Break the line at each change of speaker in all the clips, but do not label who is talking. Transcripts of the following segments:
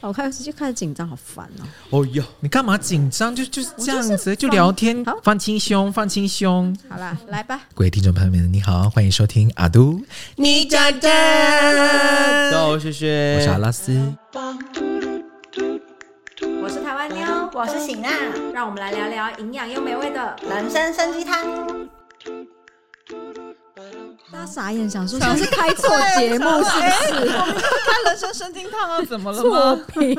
哦我开始就开始紧张，好烦哦。
哦哟，
你干嘛紧张？就就是这样
我就
子，
是
就聊天
好，
放轻松，放轻松。
好啦，来吧，
各位听众朋友们，你好，欢迎收听阿都，
你讲真，大家好，我是雪雪，
我是阿拉斯。
我是台湾妞，
我是醒娜，
让我们来聊聊营养又美味的。
人生生鸡汤。
大家傻眼，想说他是开错节 目是不是？
看人生生金汤啊，怎么
错？评。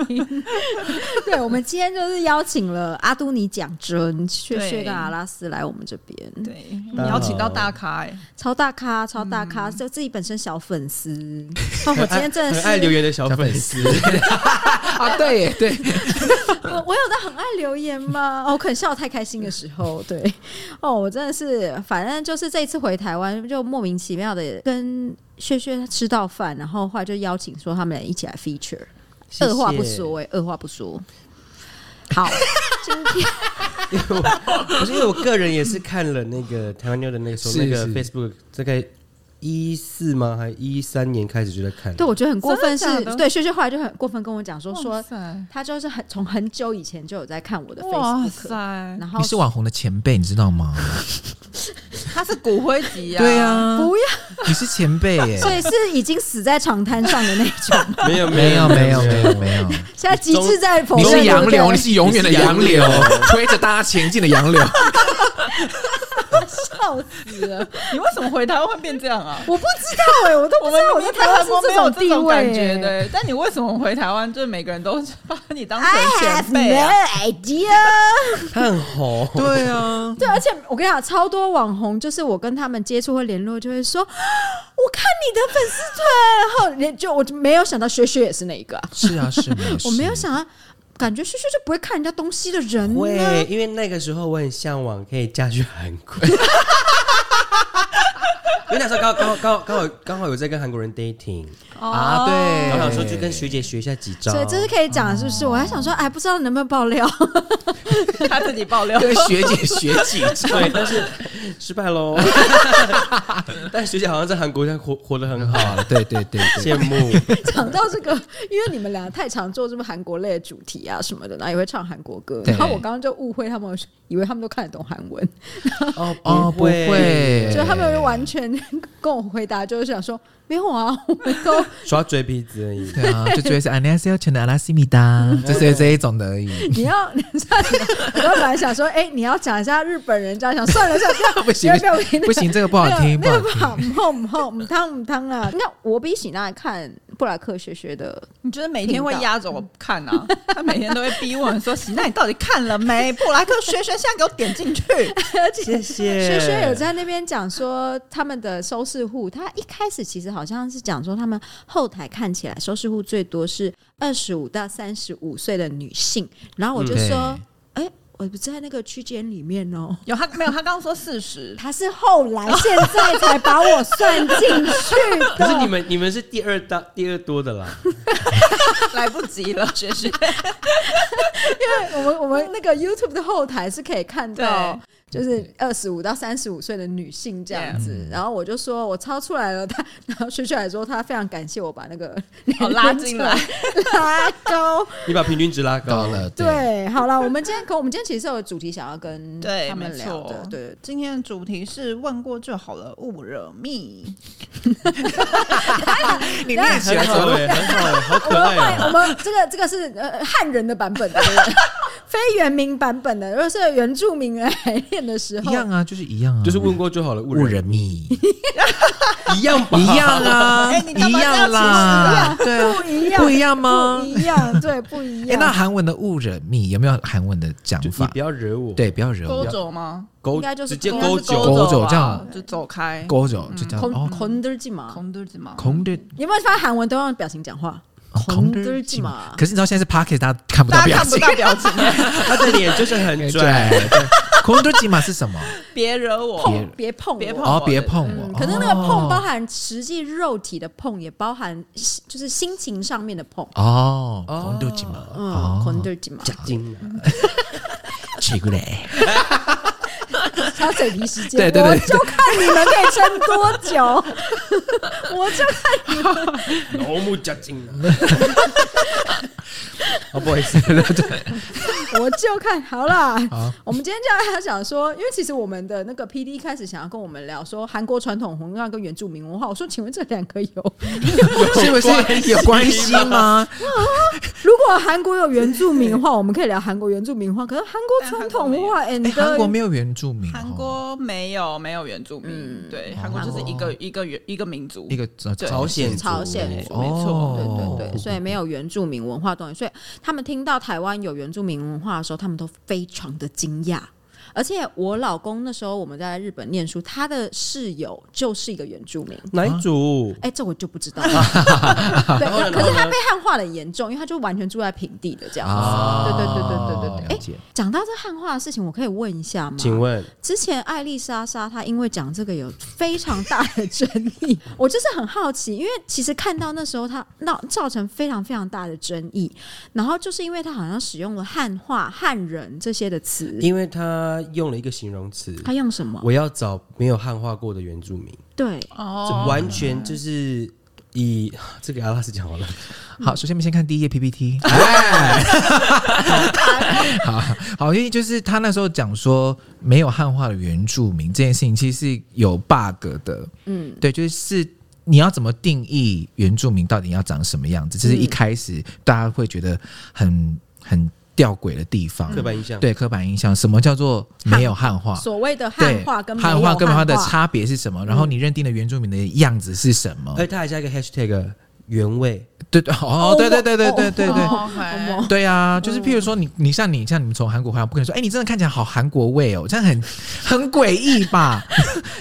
对，我们今天就是邀请了阿都尼讲真、薛薛跟阿拉斯来我们这边，
对，你邀请到大咖哎，
超大咖，超大咖，就自己本身小粉 丝。哦，我今天真的
很
是
爱留言的小
小粉
粉丝，
丝啊，对耶对，
我我有在很爱留言吗？哦，我可能笑得太开心的时 候，对，哦，我真的是，反正就是这一次回台湾，就莫名其妙的跟薛薛吃到饭，然后后来就邀请说他们一起来 feature，
谢谢
二话不 说、哎，二话不说，好，今天
因为我不是因为我个人也是看了那个台湾妞的那个时候，
是
那个
是
Facebook 大概一四吗？还一三年开始就在看，
对我觉得很过分是，
真的假的
对薛薛后来就很过分跟我讲说说。
塞，
他就是很从很久以前就有在看我的
哇
Facebook，
塞，
然后
你是网红的前辈，你知道吗？啊
他是骨灰级呀、
对 啊，
不要，
你是前辈耶。
所以是已经死在长滩上的那 种，
没有
没有没有没有没有，
现在极致在否
你
认。
是
对
洋
不对
流，你是永远的洋
你是
流
洋流，
推着大家前进的洋流。
笑死了！
你为什么回台湾会变这样啊？
我不知道 哎、我都不知道我在
明明
台湾是
国没有
种
这
地
种
位、
感
欸、
觉的、但你为什么回台湾，就是每个人都把你当成
I
前
have
辈、啊？
no idea。
他很红，
对啊，
对，而且我跟你讲，超多网红，就是我跟他们接触或联络，就会说， 啊我看你的粉丝团，然后连就我就没有想到薛薛也是那一个啊、
是啊是，
我没有想到，感觉薛薛就不会看人家东西的人呢、
会，因为那个时候我很向往可以嫁去韩 国。因为那时候刚刚刚刚好刚好有在跟韩国人 dating，
啊，对，
然后想说去跟学姐学一下几招，
所以这是可以讲的，是不是？
哦
我还想说，哎，不知道能不能爆料。
他自己爆料。
跟学姐学 几招。
对，但是 失败 喽。但学姐好像在韩国现在活活得很好，
好，哦对对对对，
羡慕。
讲到这个，因为你们俩太常做这么韩国类的主题啊什么的，然后也会唱韩国歌，
对
然后我刚刚就误会他们，以为他们都看得懂韩文，
哦
哦，不会，
所以他们就完全跟我回答就是想说没有啊，我们都
耍嘴皮子而 已。
对啊，就觉得是 안녕하세요，全的阿拉西米达，就是这一种的而已。
你要，我本来想说，哎、你要讲一下日本人这样想，算了算了，不要
不行
不要不要
不行，这个不好听，
那个
不
不好，不好，不好，不汤不汤啊！你看，我比喜娜看布莱克学学的
你觉得每天会压着我看啊？他每天都会逼问说：“喜娜，你到底看了没？布莱克学学，现在给我点 进去。
谢谢。
薛薛有在那边讲说他们的收视户，他一开始其实好像是讲说他们后台看起来收视户最多是二十五到三十五岁的女性，然后我就说，哎、我不在那个区间里面哦。”
有他没有？他刚刚说四十，
他是后来现在才把我算进去
可是你
的，
们你们是第二大第二多的啦，
来不及了，学学。
我们我们那个 YouTube 的后台是可以看到
对。
就是二十五到三十五岁的女性这样子然后我就说我超出来了，他 然后薛薛还说他非常感谢我把那个
好拉进来，
拉高。
你把平均值拉高
高了，
对，好了，我们今天可我们今天其实是有主题想要跟
对
他们聊的，
没错
对，
今天的主题是问过就好了，勿惹 蜜。
你练起来
很好哎，很好哎，好可爱
对我
啊！
们这个这个是呃汉人的版本的，对不对非原名版本的。如果是原住民来念的时
一
候，
样啊，就是一样啊，
就是问过就好了，误
误
人
人蜜，
一样吧，
一样啊，
哎你干
一
嘛这样
样啦，对啊，
不一样，
不一样吗
不一样，对，不一
哎，
样。
那韩文的误人蜜有没有韩文的讲
就你
法
不？要惹我，
对，不要惹
勾
我，
走吗？
勾，
应该就是
直接
应该是
勾
勾
酒，
走
吧
这样
就走开。
勾走就叫
孔
哦，
孔德基嘛，
空肚子吗？
空的
你有没有发现韩文都用表情讲话？
哦
孔德基嘛，
可是你知道现在是 Pocket，大家看不到
大家
表
看不
情，
到 表情，
他的脸就是很拽，
对，空的基嘛是什么？
别惹我。
碰别碰我
别碰
哦，别碰
嗯，
我。
可是那个碰
哦
包含实际肉体的碰，也包含就是心情上面的碰。
哦，红豆鸡嘛，
嗯，
哦
孔，德基嘛，
金啊
奇过来，
挑水皮时间，
对对对
我就看你们可以撑多 久，我就看你们。
老母加金啊！ 哦，不好意 思，
我就看好啦。
好，
我们今天就要讲说，因为其实我们的那个 P D 一开始想要跟我们聊说韩国传统文化跟原住民文化，我说请问这两个有
是不是有关系吗？
如果韩国有原住民的话，我们可以聊韩国原住民话。可是韩国传统文化
哎，
，and
韩国没有原住民哦， 어.
韩国没有没有原住民，对，韩国就是一个一个原一个民族，
哦一个朝
对
朝
鲜族
呃朝鲜族
哦
没错
어.
对对对，所以没有原住民文化东西，所以他们听到台湾有原住民文化的时候，他们都非常的惊讶。而且我老公那时候我们在日本念书，他的室友就是一个原住 民。
哪一组？
哎、这我就不知道了。对，
后呢
那可是
然后
他
呢
被汉化的严重，因为他就完全住在平地的这样子。
啊，
对对对对对对对。哎、
了解
讲到这汉化的事情，我可以问一下吗？
请问
之前艾丽莎莎她因为讲这个有非常大的争 议，我就是很好奇，因为其实看到那时候她闹造成非常非常大的争议，然后就是因为她好像使用了汉化、汉人这些的词，
因为他用了一个形容词，
她用什么？
我要找没有汉化过的原住民，
对，
这
哦，
完全就是以这个阿拉斯讲好了，
嗯
好，首先我们先看第一页 PPT。哎， 好好，因为就是他那时候讲说没有汉化的原住民这件事情，其实是有 bug 的。
嗯，
对，就是你要怎么定义原住民到底要长什么样子，这是
嗯
一开始大家会觉得很很吊诡的地方。
刻板印象。
对刻板印象，什么叫做没有汉化？
所谓的汉
对，
化跟没有
汉化跟
汉
它的差别是什么？然后你认定的原住民的样子是什么
而？哎且他还加一个 hashtag 原味，
对对哦
哦，
对对
我
对对对对对。
哦
哦
，OK
对啊，就是譬如说你，你像你像你们从韩国回来，我不可能说，哎、你真的看起来好韩国味哦，这样很很诡异 吧？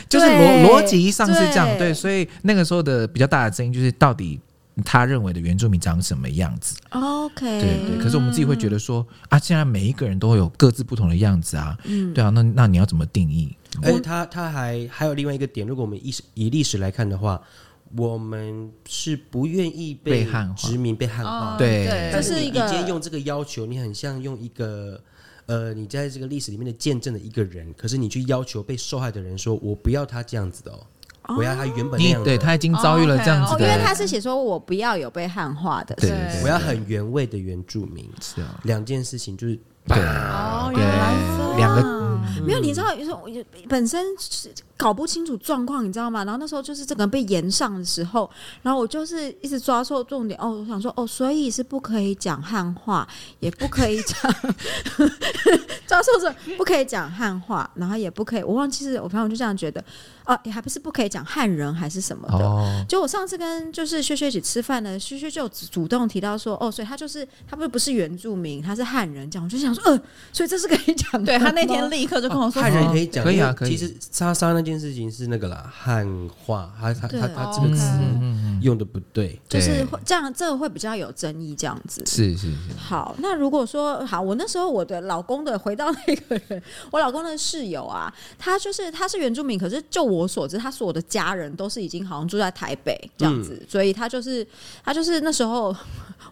就是逻
对
逻辑上是这样，
对
对，所以那个时候的比较大的争议就是到底。他认为的原住民长什么样子？
哦 OK，
对对，可是我们自己会觉得说啊，既然每一个人都会有各自不同的样子啊，对啊，那那你要怎么定义？
而且哎他他还还有另外一个点，如果我们以史以历史来看的话，我们是不愿意
被汉化
殖民被汉
哦，
化
对
但
这
是
是
你
一
你
个
今天用这个要求，你很像用一个呃，你在这个历史里面的见证的一个人，可是你去要求被受害的人说，我不要他这样子的哦，我要他原本那
你
样子
对
哦，
他已经遭遇了这样
哦
子，
因
的，
为他是写说我不要有被汉化的，
对
是
对
我要很原味的原住民。
是啊，
两件事情就是
对
哦
对
原来
这
两个嗯
样没有，你知道，有时候我就本身是搞不清楚状况，你知道吗？然后那时候就是这个被延上的时候，然后我就是一直抓错重点哦，我想说哦，所以是不可以讲汉话，也不可以讲， 抓错是不可以讲汉话，然后也不可以，我忘记是我朋友就这样觉得，啊，也还不是不可以讲汉人还是什么的，
哦，
就我上次跟就是薛薛一起吃饭呢，薛薛就有主主动提到说，哦，所以他就是他不不是原住民，他是汉人，这样我就想说，呃，所以这是可以讲的吗。
对他那天立刻就跟我说，
汉人可以讲，
可以啊
因为
可以
其实莎莎那件事情是那个啦，汉化，他他
对啊
他他这个
嗯
词
嗯
用的不对。
就是
对
会这样，这个会比较有争议，这样子。
是是是，
好，那如果说好，我那时候我的老公的回到那个人，我老公的室友啊，他就是他是原住民，可是就我所知，他所有的家人都是已经好像住在台北这样子，所以他就是他就是那时候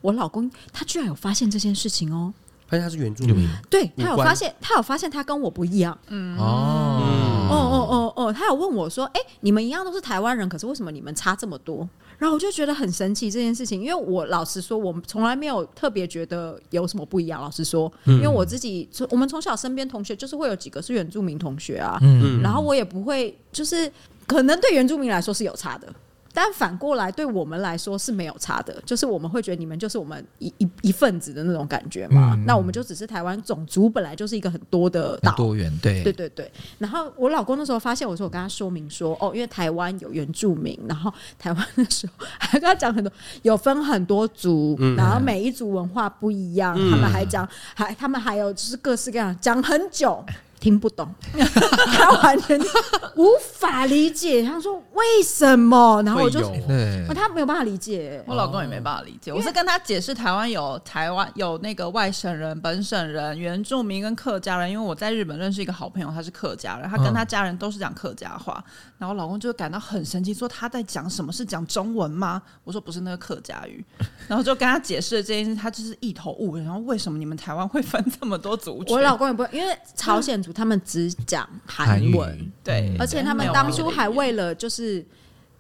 我老公他居然有发现这件事情哦，
发现他是原住
嗯
民，
对他有
五官
发现，他有发现他跟我不一样。
哦
哦哦哦哦，他有问我说：“哎、你们一样都是台湾人，可是为什么你们差这么多？”然后我就觉得很神奇这件事情，因为我老实说，我们从来没有特别觉得有什么不一样。老实说，
嗯
因为我自己，从我们从小身边同学就是会有几个是原住民同学啊，
嗯
然后我也不会，就是可能对原住民来说是有差的。但反过来，对我们来说是没有差的，就是我们会觉得你们就是我们一一一份子的那种感觉嘛。那我们就只是台湾种族本来就是一个很多的岛
嗯很，多元，对
对对对。然后我老公那时候发现我说，我跟他说明说，哦，因为台湾有原住民，然后台湾那时候还跟他讲很多，有分很多族，然后每一族文化不一样，他们还讲，还他们还有就是各式各样，讲很久。听不懂， 他完全无法理解。他说：“为什么？”然后我就
会有
对
哦他没有办法理解。
我老公也没办法
哦
理解。我是跟他解释台湾有台湾有那个外省人、本省人、原住民跟客家人，因为我在日本认识一个好朋友，他是客家
嗯
人，他跟他家人都是讲客家话，然后我老公就感到很生气，说他在讲什么是讲中文吗？我说不是那个客家语， 然后就跟他解释了这件事，他就是一头雾，然后为什么你们台湾会分这么多族群？
我老公也不会，因为朝鲜族他们只讲韩
韩语嗯
文，
对，
而且他们当初还为了就是。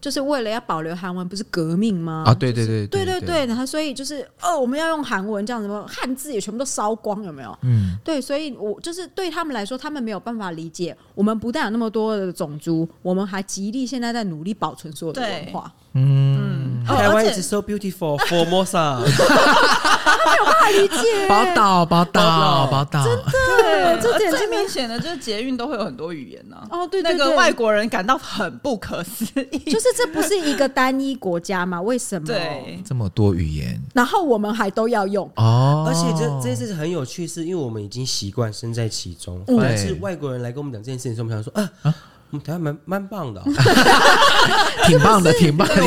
就是为了要保留韩文，不是革命吗？
啊，对对对
对
对
对对，然后所以就是哦，我们要用韩文这样子吗，汉字也全部都烧光，有没有？
嗯，
对，所以我就是对他们来说，他们没有办法理解，我们不但有那么多的种族，我们还极力现在在努力保存所有的文化，
嗯，
哦
台
而
湾
且
is so beautiful Formosa，
他理解
宝岛宝岛宝岛，
对，这
而
点
最
这边
明显的就是捷运都会有很多语言呢、
哦，对对
那
对，
个外国人感到很不可思议。
就是这不是一个单一国家嘛？为什么？
对，
这么多语言
然后我们还都要用，
哦，
而且这这件事情很有趣，是因为我们已经习惯身在其中，
嗯
反而是外国人来跟我们讲这件事情的时候，我们想说啊，我们台湾蛮蛮 棒的哦，
挺棒的，挺棒的，
因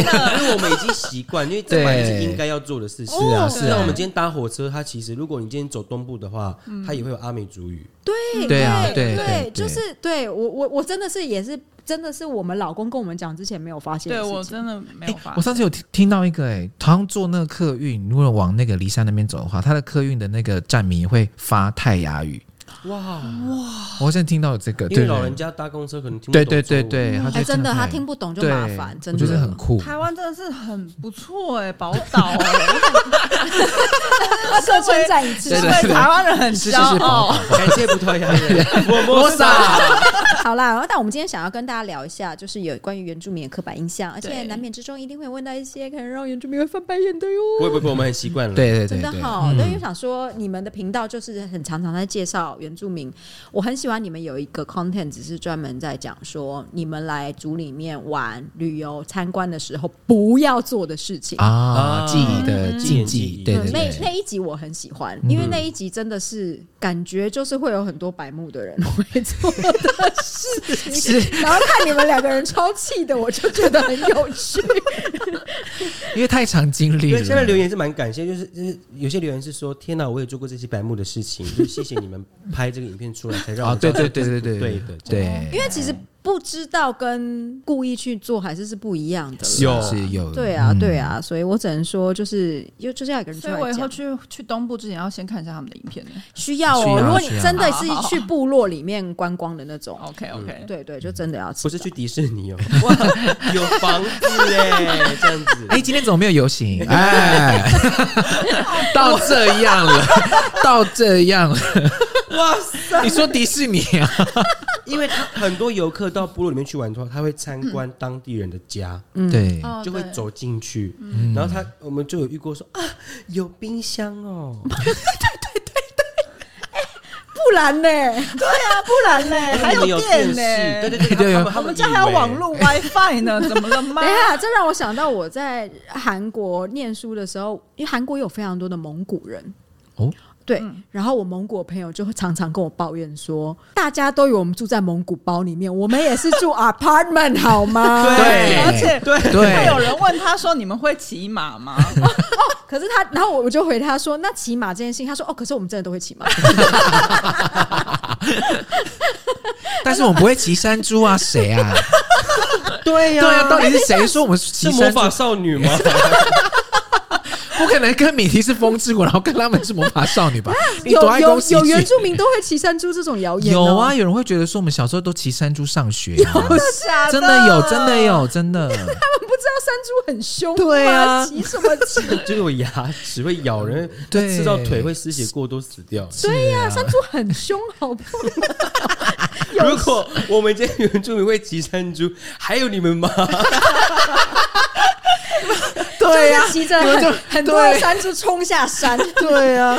为我们已经习惯，因为这本来
对
是应该要做的事情。
是啊
哦
是
那
啊
我们今天搭火车，它其实如果你今天走东部的话，
嗯
它也会有阿美族语。
对
对啊对
对
对对
就是对我我我真的是也是真的是我们老公跟我们讲之前没有发现
对
的
我
事情，
真的没有
哎
发
我上次有听听到一个、哎，好像坐那个客运，如果往那个离山那边走的话，它的客运的那个站名会发泰雅语。
哇，
哦
我好像听到有这个，
因为
对
老人家搭公车可能听不
对
懂
对对
中文
对，他
哎、
就
真的
泰雅
他
语
听不懂就
对
麻烦，真
我觉得
的
很酷。
台湾真的是很不错哎、宝岛 哎，
社村站一次
对
因
对
为台湾人很
是是是
骄傲。
哦感谢葡萄 牙人，我
摩萨，
好啦，但我们今天想要跟大家聊一下，就是有关于原住民的刻板印象，而且
对
难免之中一定会问到一些可能让原住民会翻白眼的哟。
不会不会，我们很习惯了。，
对对
真
对
的
对，嗯
好，对，因为想说你们的频道就是很常常在介绍原住民，我很喜欢你们有一个 content，只是专门在讲说你们来组里面玩、旅游、参观的时候不要做的事情。
啊，
啊
记忆的
嗯
禁
记
忌，
忆
对
嗯
对
那那
对，嗯
一集我很喜欢，因为那一集真的是感觉就是会有很多白目的人会做的事 情，然后看你们两个人超气的，我就觉得很有 趣。
因为太常经历
因为
了。
下面留言是蛮感谢，就是就是有些留言是说，天哪，我也做过这些白目的 事情，就谢谢你们拍这个影片出来，才让
啊，
我
对
知道
对对对对
哦对的。
因
对，
为其实不知道跟故意去做还是是不一样的啦。
有
是有，
对啊，
嗯
对，啊，所以我只能说，就是又就是要有一个人出
所以我
来
以后
讲，
去去东部之前要先看一下他们的影片呢。
需要
需
哦。
要
如果你
需要
真的
好
是
好哦好
去部落里面观光的那种，
OK OK，、
对对，就真的要
不
吃
是
到。
去迪士 尼哦，哇，有房子哎，这样子。
哎，今天怎么没有游行？ 哎，到这样了， 到这样了，
哇塞！
你说迪士尼啊？
因为他很多游客到部落里面去玩的话，他会参观当地人的家，
嗯
嗯对，嗯
哦
就会
对
走进去，然后他我们就有遇过说啊，有冰箱哦，
不然呢？对啊，不然呢？
还有
哎你有电视，
电呢
对对
对
对，
啊
他们他
我
们
们
以
家还有
为
网络 WiFi 呢，怎么了吗
等一？下，这让我想到我在韩国念书的时候，因为韩国有非常多的蒙古人。
哦，
对，
嗯
然后我蒙古的朋友就会常常跟我抱怨说，大家都以为我们住在蒙古包里面，我们也是住 apartment 好吗？
对
而且
对
会有
对，
人问他说：“你们会骑马吗
可是他，然后我我就回他说，那骑马这件事情，他说哦，可是我们真的都会骑马。
但是我们不会骑山 猪啊，谁啊？
对
对
呀、
啊，到底是谁说我们骑
是魔
山猪
法？少女吗？
不可能跟米提是风之国，然后跟他们是魔法 少女吧？你
有
躲在
有
公司
有原住民哦都会骑山猪这种谣言、
有啊，
有
有人会觉得说我们小时候都骑山猪上学啊，
假的
真的有，真的有，真的。
不知道山猪很凶吗，
对啊
骑什么骑？
就是有牙齿会咬人，
对
吃到腿会失血过多死掉。
对呀、山猪很凶，好不好？
如果我们今天原住民会骑山猪，还有你们吗？
对呀、骑着
我就
很很多的
对
山猪冲下山，
对 啊，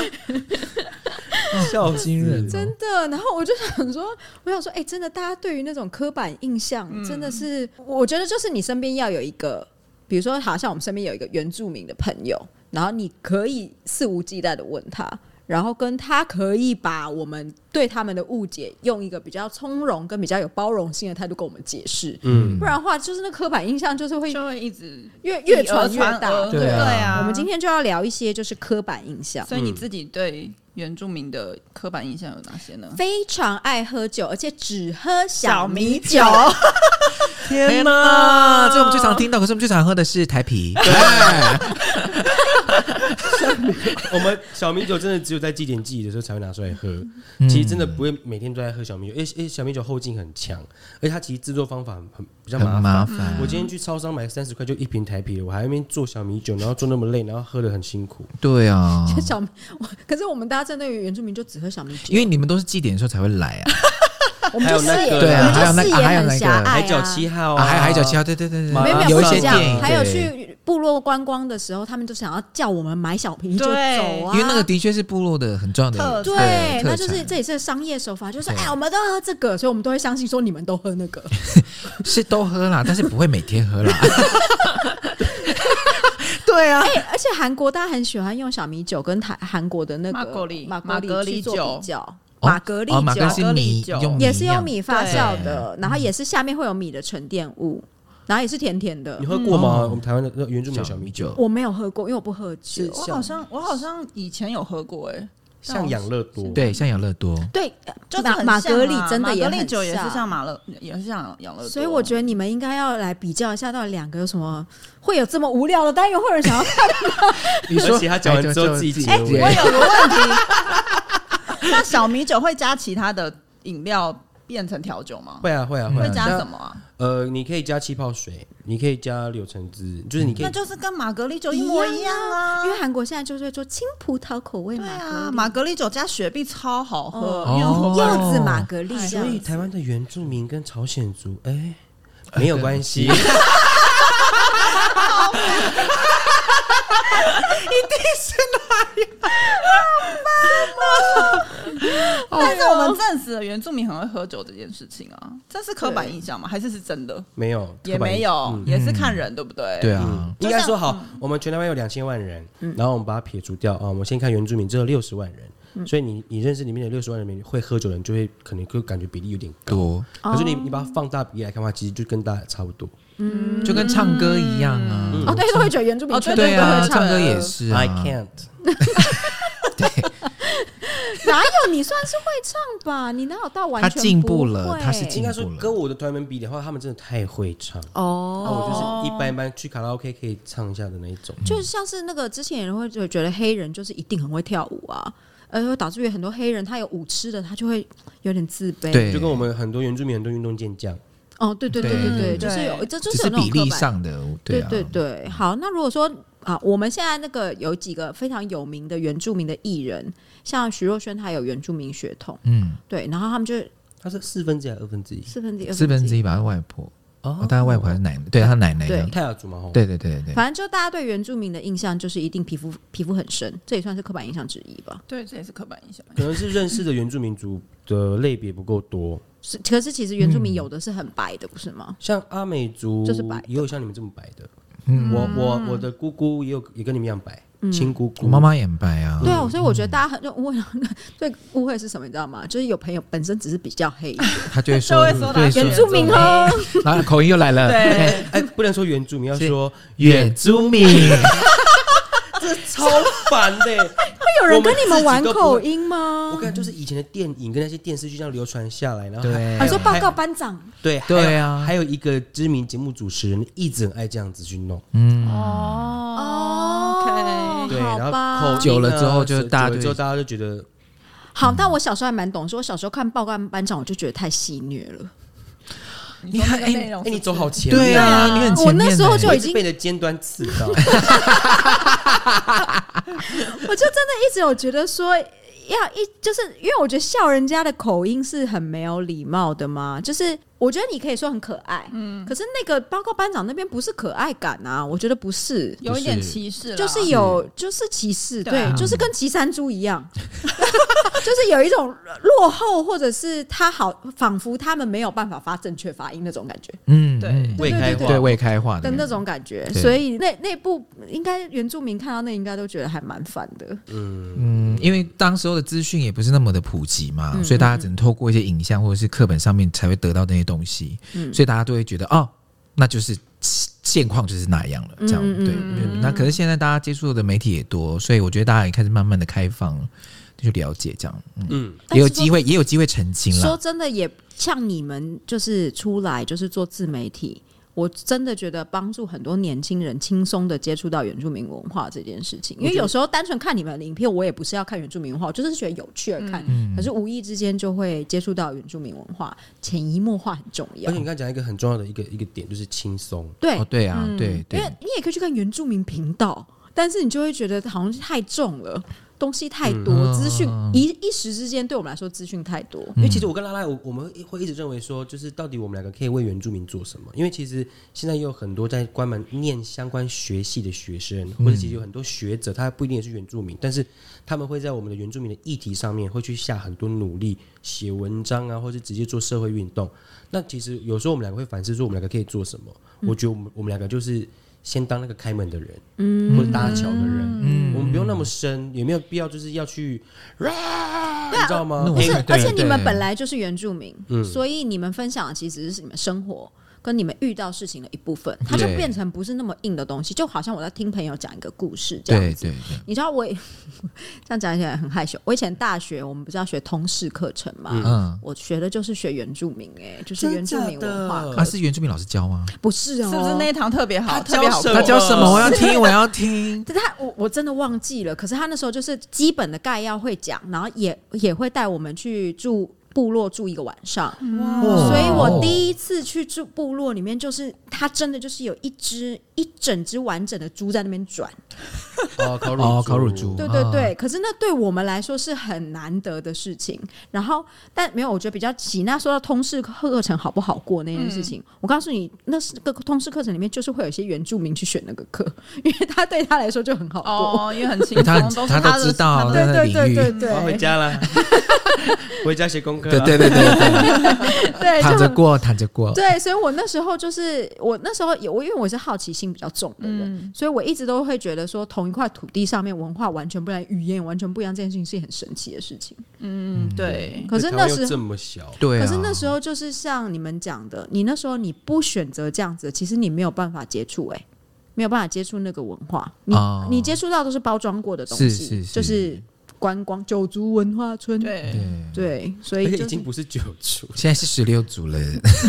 笑死
惊人哦
真的。然后我就想说，我想说，哎、真的，大家对于那种刻板印象，真的是，我觉得就是你身边要有一个，比如说，好像我们身边有一个原住民的朋友，然后你可以肆无忌惮的问他。然后跟他可以把我们对他们的误解，用一个比较从容跟比较有包容性的态度跟我们解释，
嗯，
不然的话就是那刻板印象就是会？”
就会一直
越越
以讹
传越大。
讹
对
对
啊
啊。嗯
我们今天就要聊一些就是刻板印象。
所以你自己对原住民的刻板印象有哪些呢？
非常爱喝酒，而且只喝小
小
米
米
酒
酒。
哎
天哪，这我们最常听到，可是我们最常喝的是台啤。哎
我们小米酒真的只有在祭奠祭的时候才会拿出来喝，
嗯
其实真的不会每天都在喝小米酒，因为因为小米酒后劲很强，而且它其实制作方法很很比较
很
麻烦。
麻烦。
我今天去超商买三十块就一瓶台啤了，我还在那边做小米酒，然后做那么累，然后喝的很辛苦。
对啊，
小米，我可是我们大家针对于原住民就只喝小米酒，
因为你们都是祭典的时候才会来啊，
我们就视
还有那
野，
个
对啊
我
还有那
们就视
还
野
有
很
那个
狭隘、啊。
海角七号
啊
啊，
还海角七号，对对对
马
对
没有
拉
没有，不
对，有一些
止这
电
样，
影，
还有
对，
去部落观光的时候，他们就想要叫我们买小瓶就走
对
啊，
因为那个的确是部落的很重要的
特
对，
特
那就是
产
这也是商业手法，就是
对
哎，我们都喝这个，所以我们都会相信说你们都喝那 个。
是都 喝啦，但是不会每天喝啦。对啊，
哎，而且韩国大家很喜欢用小米酒跟台韩国的那个
马格利
马
马格
利
利
去做
酒
比较，
哦
马格利
哦，马格
酒
是米
马格利酒
用
也是用
酿
米发酵的，然后也是下面会有米的沉淀物，然后也是甜甜的
你。喝过吗？
嗯
我们台湾的那个原住民的
小
小
米
米
酒
酒，
我没有喝过，因为我不喝酒
是。
我好像我好像以前有喝过、欸，哎，
像养乐多，
对，像养乐多，
对，
就是
马
很
马
像
格利
啊
真
马
的也
格利
很
酒也是
像
像马乐，也是像养乐多，
所以我觉得你们应该要来比较一下，到底两个有什么会有这么无聊的单元，会有人想要看？
你
而且他讲完之后自己结尾
哎
我有个问题，那小米酒会加其他的饮料变成调酒吗？
会啊会啊会
会
啊。
加
像
什么啊？
呃，你可以加气泡水，你可以加柳橙汁，就是你可以
那就是跟玛格丽酒一 模一样啊
因。为韩国现在就是会做青葡萄口味
对啊，
玛
玛格丽酒加雪碧超好喝，
哦
因为
格
我
丽、柚子玛格丽这
所
样
以
子。
台湾的原住民跟朝鲜族，哎、没有关系，
但是我们证实了原住民很会喝酒这件事情啊，这是刻板印象吗？还是是真的？
没有
也
刻板
没
印
有
嗯，
也是看人，对不对？
对啊
嗯，，
就
应该
像
说好，我们全台湾有两千万人，然后我们把它撇除掉啊，我们先看原住民只有六十万人，所以你你认识里面的六十万人里面会喝酒的人，就会可能就感觉比例有点高。
多
哦
可是你你把它放大比例来看的话，其实就跟大家差不多。
就跟唱歌一样啊。
哦，对，都会觉得原住民
哦
全部都
对啊，
会
唱
唱
歌也是啊
I。can't，
哪有你算是会唱吧？你哪有到完全
他进步了
不会
他是进
应该说
进步了
跟我的团员比的话，他们真的太会唱，那
哦。
我就是一般般去卡拉 OK 可以唱一下的那一种。
就是像是那个之前有人会觉得黑人就是一定很会跳舞啊，而会导致于很多黑人他有舞痴的，他就会有点自卑。
对，
就跟我们很多原住民很多运动健将，
哦，对对对对对，
对
就是有，这就
只
是
是
有那种
比例
刻板
上的，
对
啊，
对对，好，那如果说啊，我们现在那个有几个非常有名的原住民的艺人，像徐若瑄，她有原住民血统，
嗯，
对，然后他们就
他是四分之一还是二分之一？
四分之一、
四分之
一，
一吧，他外婆，
哦
哦，他外婆还是奶奶，对他奶奶一
对
样，
泰雅族嘛，吼，
嗯对对对对对，
反正就大家对原住民的印象就是一定皮肤皮肤很深，这也算是刻板印象之一吧。
对，这也是刻板印象。
可能是认识的原住民族的类别不够多，
是，可是其实原住
嗯
民有的是很白的，不是吗？
像阿美族
就是白的
也有像你们这么白的。
嗯
我我我的姑姑也有也跟你们一样白，
嗯
亲姑姑。
我妈妈也很白
嗯
啊，
对啊，所以我觉得大家很就误会，最误会是什么，你知道吗？就是有朋友本身只是比较
啊
黑，
她就会
就
说
会说，
对，
她
原
是
住民哦，
然后口音又来了，
对，
哎，不能说原住民，要
是
说
远住民，
超烦的。
会有人跟你们玩
我们自己都不
口音吗
我？看就是以前的电影跟那些电视剧这样流传下来，然后还
对
啊，你说报
还
告班长。
对
对
还有
啊
还有一个知名节目主持人一直很爱这样子去弄，
哦
对，
好
然
吧
后口音啊
久了之后就
久了
大家
久了
就
之后大家就觉得嗯
好，但我小时候还蛮懂事，我小时候看《报告班长》，我就觉得太戏虐了。
你看，
你看哎
内容
哎，你
是
走好前
对
面啊，
啊，你很前面欸
我那时候就
我
已
一直
经
被你的尖端刺到。
我就真的一直有觉得说，要一就是因为我觉得笑人家的口音是很没有礼貌的嘛。就是我觉得你可以说很可爱，嗯，可是那个报告班长那边不是可爱感啊，我觉得不是。
有一点歧视啦，
就是有，就是歧视，
对啊
对，就是跟骑山猪一样， 就是有一种落后，或者是他好，仿佛他们没有办法发正确发音那种感觉。
嗯，
对
嗯
未开化
对未开化
的
的
那种感觉，
对
所以那那部应该原住民看到那应该都觉得还蛮烦的。
嗯，因为当时候的资讯也不是那么的普及嘛，
嗯
所以大家只能透过一些影像或者是课本上面才会得到那些东西，
嗯
所以大家都会觉得哦，那就是现况就是那样了，这样、
嗯嗯
对、对那可是现在大家接触的媒体也多，所以我觉得大家也开始慢慢的开放，就了解这样，
嗯，
但
也有
哎是说
机会也有机会澄清
说
了。
真的，也像你们就是出来就是做自媒体，我真的觉得帮助很多年轻人轻松的接触到原住民文化这件事情。因为有时候单纯看你们的影片，我也不是要看原住民
嗯
文化，我就是觉得有趣而看。可是无意之间就会接触到原住民文化，潜移默化很重要
而且。你刚才讲一个很重要的一个一个点，就是轻松。
对嗯
哦，，对啊，对
因
对
为，你也可以去看原住民频道，但是你就会觉得好像是太重了，东西太多，
嗯
资讯
嗯
一一时之间对我们来说资讯太多。
因为其实我跟拉拉，我我们会一直认为说，就是到底我们两个可以为原住民做什么？因为其实现在也有很多在关门念相关学系的学生，或者其实有很多学者，他不一定也是原住民，但是他们会在我们的原住民的议题上面会去下很多努力，写文章啊，或者直接做社会运动。那其实有时候我们两个会反思说，啊我们两个可以做什么？我觉得我们我们两个就是先当那个开门的人，或者搭桥的人，我们不用那么深，也没有必要就是要去，啊、你知道吗？
那我
不是
哎对，对
而且你们
对嗯
本来就是原住民，所以你们分享的其实是你们生活跟你们遇到事情的一部分，它就
对
变成不是那么硬的东西，就好像我在听朋友讲一个故事这样
对
子。
对
你知道我也 这样讲起来很害羞。我以前大学我们不是要学通识课程嘛，
对，嗯，
我学的就是学原住民、哎，就是
真
原住民
假的
文化课，
啊，是原住民老师教吗？
不是哦，
是不是那一堂特别好，特别好
教
看？
他教什么？
呃
我要听，我要听。
但他我我真的忘记了，可是他那时候就是基本的概要会讲，然后也也会带我们去住部落住一个晚上，
哦
所以我第一次去住部落里面，就是他真的就是有一只一整只完整的猪在那边转，
哦，烤乳
哦烤乳猪
对对对，可是那对我们来说是很难得的事情。然后，但没有，我觉得比较急。那说到通识课程好不好过那件事情，我告诉你，那是个通识课程里面就是会有一些原住民去选那个课，因为他对他来说就很好过。
哦，因为很轻
因为
松，
他
都
他
是他
都知道
的
对
在那
对
领
对
域
对
我要回
对
家了，回家写功课。啊
对，啊对对对，
对，
对
就
躺
很
着过，躺着过。
对，所以我那时候就是我那时候有，我因为我是好奇心比较重的人，
嗯
所以我一直都会觉得说，同一块土地上面文化完全不一样，语言完全不一样，这件事情是很神奇的事情。
嗯，对，
可是那
台湾又
时候
这。么小，
对啊，
可是那时候就是像你们讲的，你那时候你不选择这样子，其实你没有办法接触，哎，没有办法接触那个文化。你、
哦
你接触到都是包装过的东西，
是是是
就是观光九族文化村，
对，
对，
对所
而
以
且
就
已
是
经不是九组，
现在是十六组了，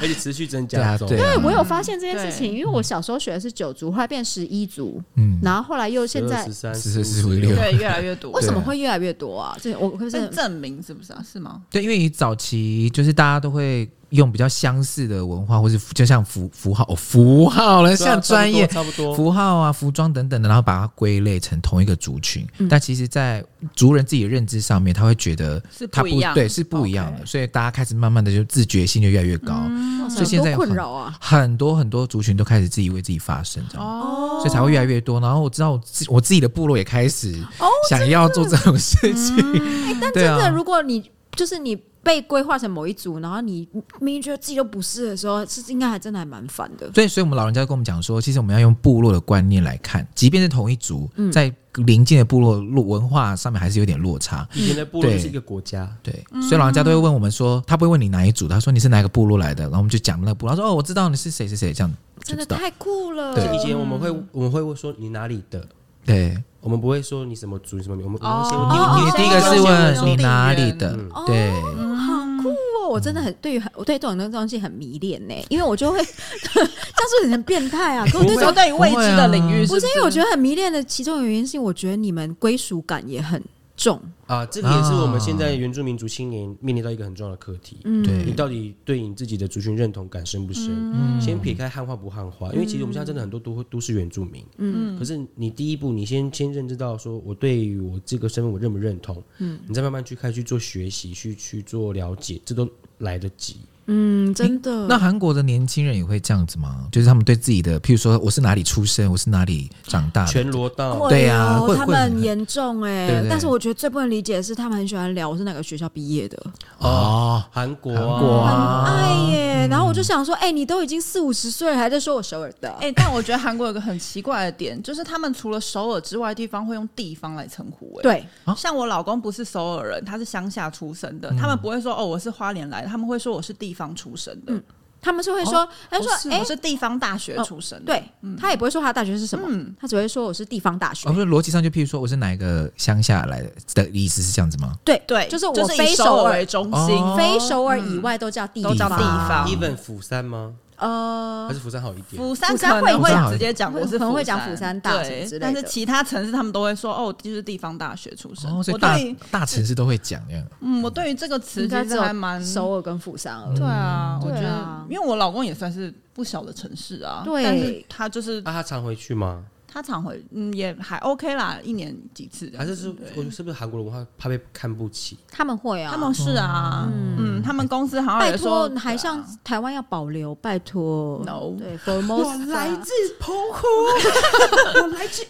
而且持续增
对啊
加中。
对啊
对，我有发现这件事情，
对
因为我小时候学的是九族，后来变十一族，
嗯，
然后后来又现在
十三、
14 15 16
对，越来越多
为。什么会越来越多啊？这我可
是
是
证明是不是啊？是吗？
对，因为你早期就是大家都会用比较相似的文化，或是就像符符号、哦、符号了，像专业
啊差不多。
符号啊、服装等等的，然后把它归类成同一个族群。
嗯
但其实，在族人自己的认知上面，他会觉得
是
他
不一样
对，是不一样的，所以大家开始慢慢的就自觉性就越来越高，
嗯
所以现
多
在有
困
很
扰啊！
很多很多族群都开始自己为自己发声，这样。
哦，
所以才会越来越多，然后我知道我自我自己的部落也开始想要做这种事情，
哎但
对
真
啊
的，如果你就是你被规划成某一组，然后你明明觉得自己都不是的时候，是应该还真的还蛮烦的。
所以，所以我们老人家跟我们讲说，其实我们要用部落的观念来看，即便是同一族，在邻近的部落落文化上面还是有点落差。
以前的部落
对
是一个国家，
对，所以老人家都会问我们说，他不会问你哪一组，他说你是哪一个部落来的，然后我们就讲那个部落，他说哦，我知道你是谁谁谁这样，就
真的
知道。
太酷了！
对
以前我们会我们会说你哪里的，
对，
我们不会说你什么族什么民，我们我们会先
哦
问
你你
哦
第一个是
哦
问你哪里的
嗯，
对，
好酷哦！我真的
嗯
很对于我对这种东西很迷恋呢，因为我就会 这样是不是很变态啊？可我
你
对这
说
种
对于未知的领域，
不是因为我觉
得
得很迷恋的其中有原因是因为我觉得你们归属感也很重，
啊，这个也是我们现在原住民族青年面临到一个很重要的课题。你
对，
到底对你自己的族群认同感深不深？先撇开汉化不汉化，因为其实我们现在真的很多都都市原住民，嗯，可是你第一步，你先先认知到说我对于我这个身份我认不认同，嗯，你再慢慢去开始去做学习，去去做了解，这都来得及。
嗯，真的。
那韩国的年轻人也会这样子吗？就是他们对自己的，譬如说我是哪里出生，我是哪里长大的，
全罗道，
会
对啊
哦
会
他
会
们
很
很严重哎、
对对
但是我觉得最不能理解的是，他们很喜欢聊我是哪个学校毕业的，
哦，
韩国
韩
啊，
国
很
啊，
爱耶、
嗯
然后我就想说，哎、你都已经四五十岁了，还在说我首尔的，
哎、但我觉得韩国有个很奇怪的点，就是他们除了首尔之外，地方会用地方来称呼、哎，
对，
啊
像我老公不是首尔人，他是乡下出生的，他们不会说哦我是花莲来的，他们会说我是地方出生的，
他们是会说，他就
我
说，
哦是嗯
哎、哦
我是地方大学出生的，
对、他也不会说他的大学是什么，
嗯
他只会说我是地方大学。
哦，不是逻辑上就譬如说我是哪一个乡下来的的意思是这样子吗？
对
对，
就是是我非
以
首
首
尔
为，中心，
哦
非首尔以外都叫地
都叫
地
地
方
方。
even 釜山吗？
呃
还，是釜山好一点？
釜山
釜山
可能
会
会直接讲我
我
是
可能会
山
讲釜山大什么
对
之类
但是
的
其他城市他们都会说哦，就是地方大学出身。
哦，所以
我
大
对，
大城市都会讲那样。
嗯，我对于这个词
应该
其
只
实
有
还蛮
首尔跟釜山而已。
对啊，我觉
对
得
啊，
因为我老公也算是不小的城市啊，
对
但是他就是
啊那、他常回去吗？
他常回，嗯，也还 OK 啦，一年几次这样
还
子，
是是？我觉得是不是韩国的文化怕被看不起？
他们会啊，
他们是啊，嗯，他们公司好像
拜
也说
托，还上台湾要保留，拜托。
啊 No
对，Formosa，
啊
啊
澎湖，我来自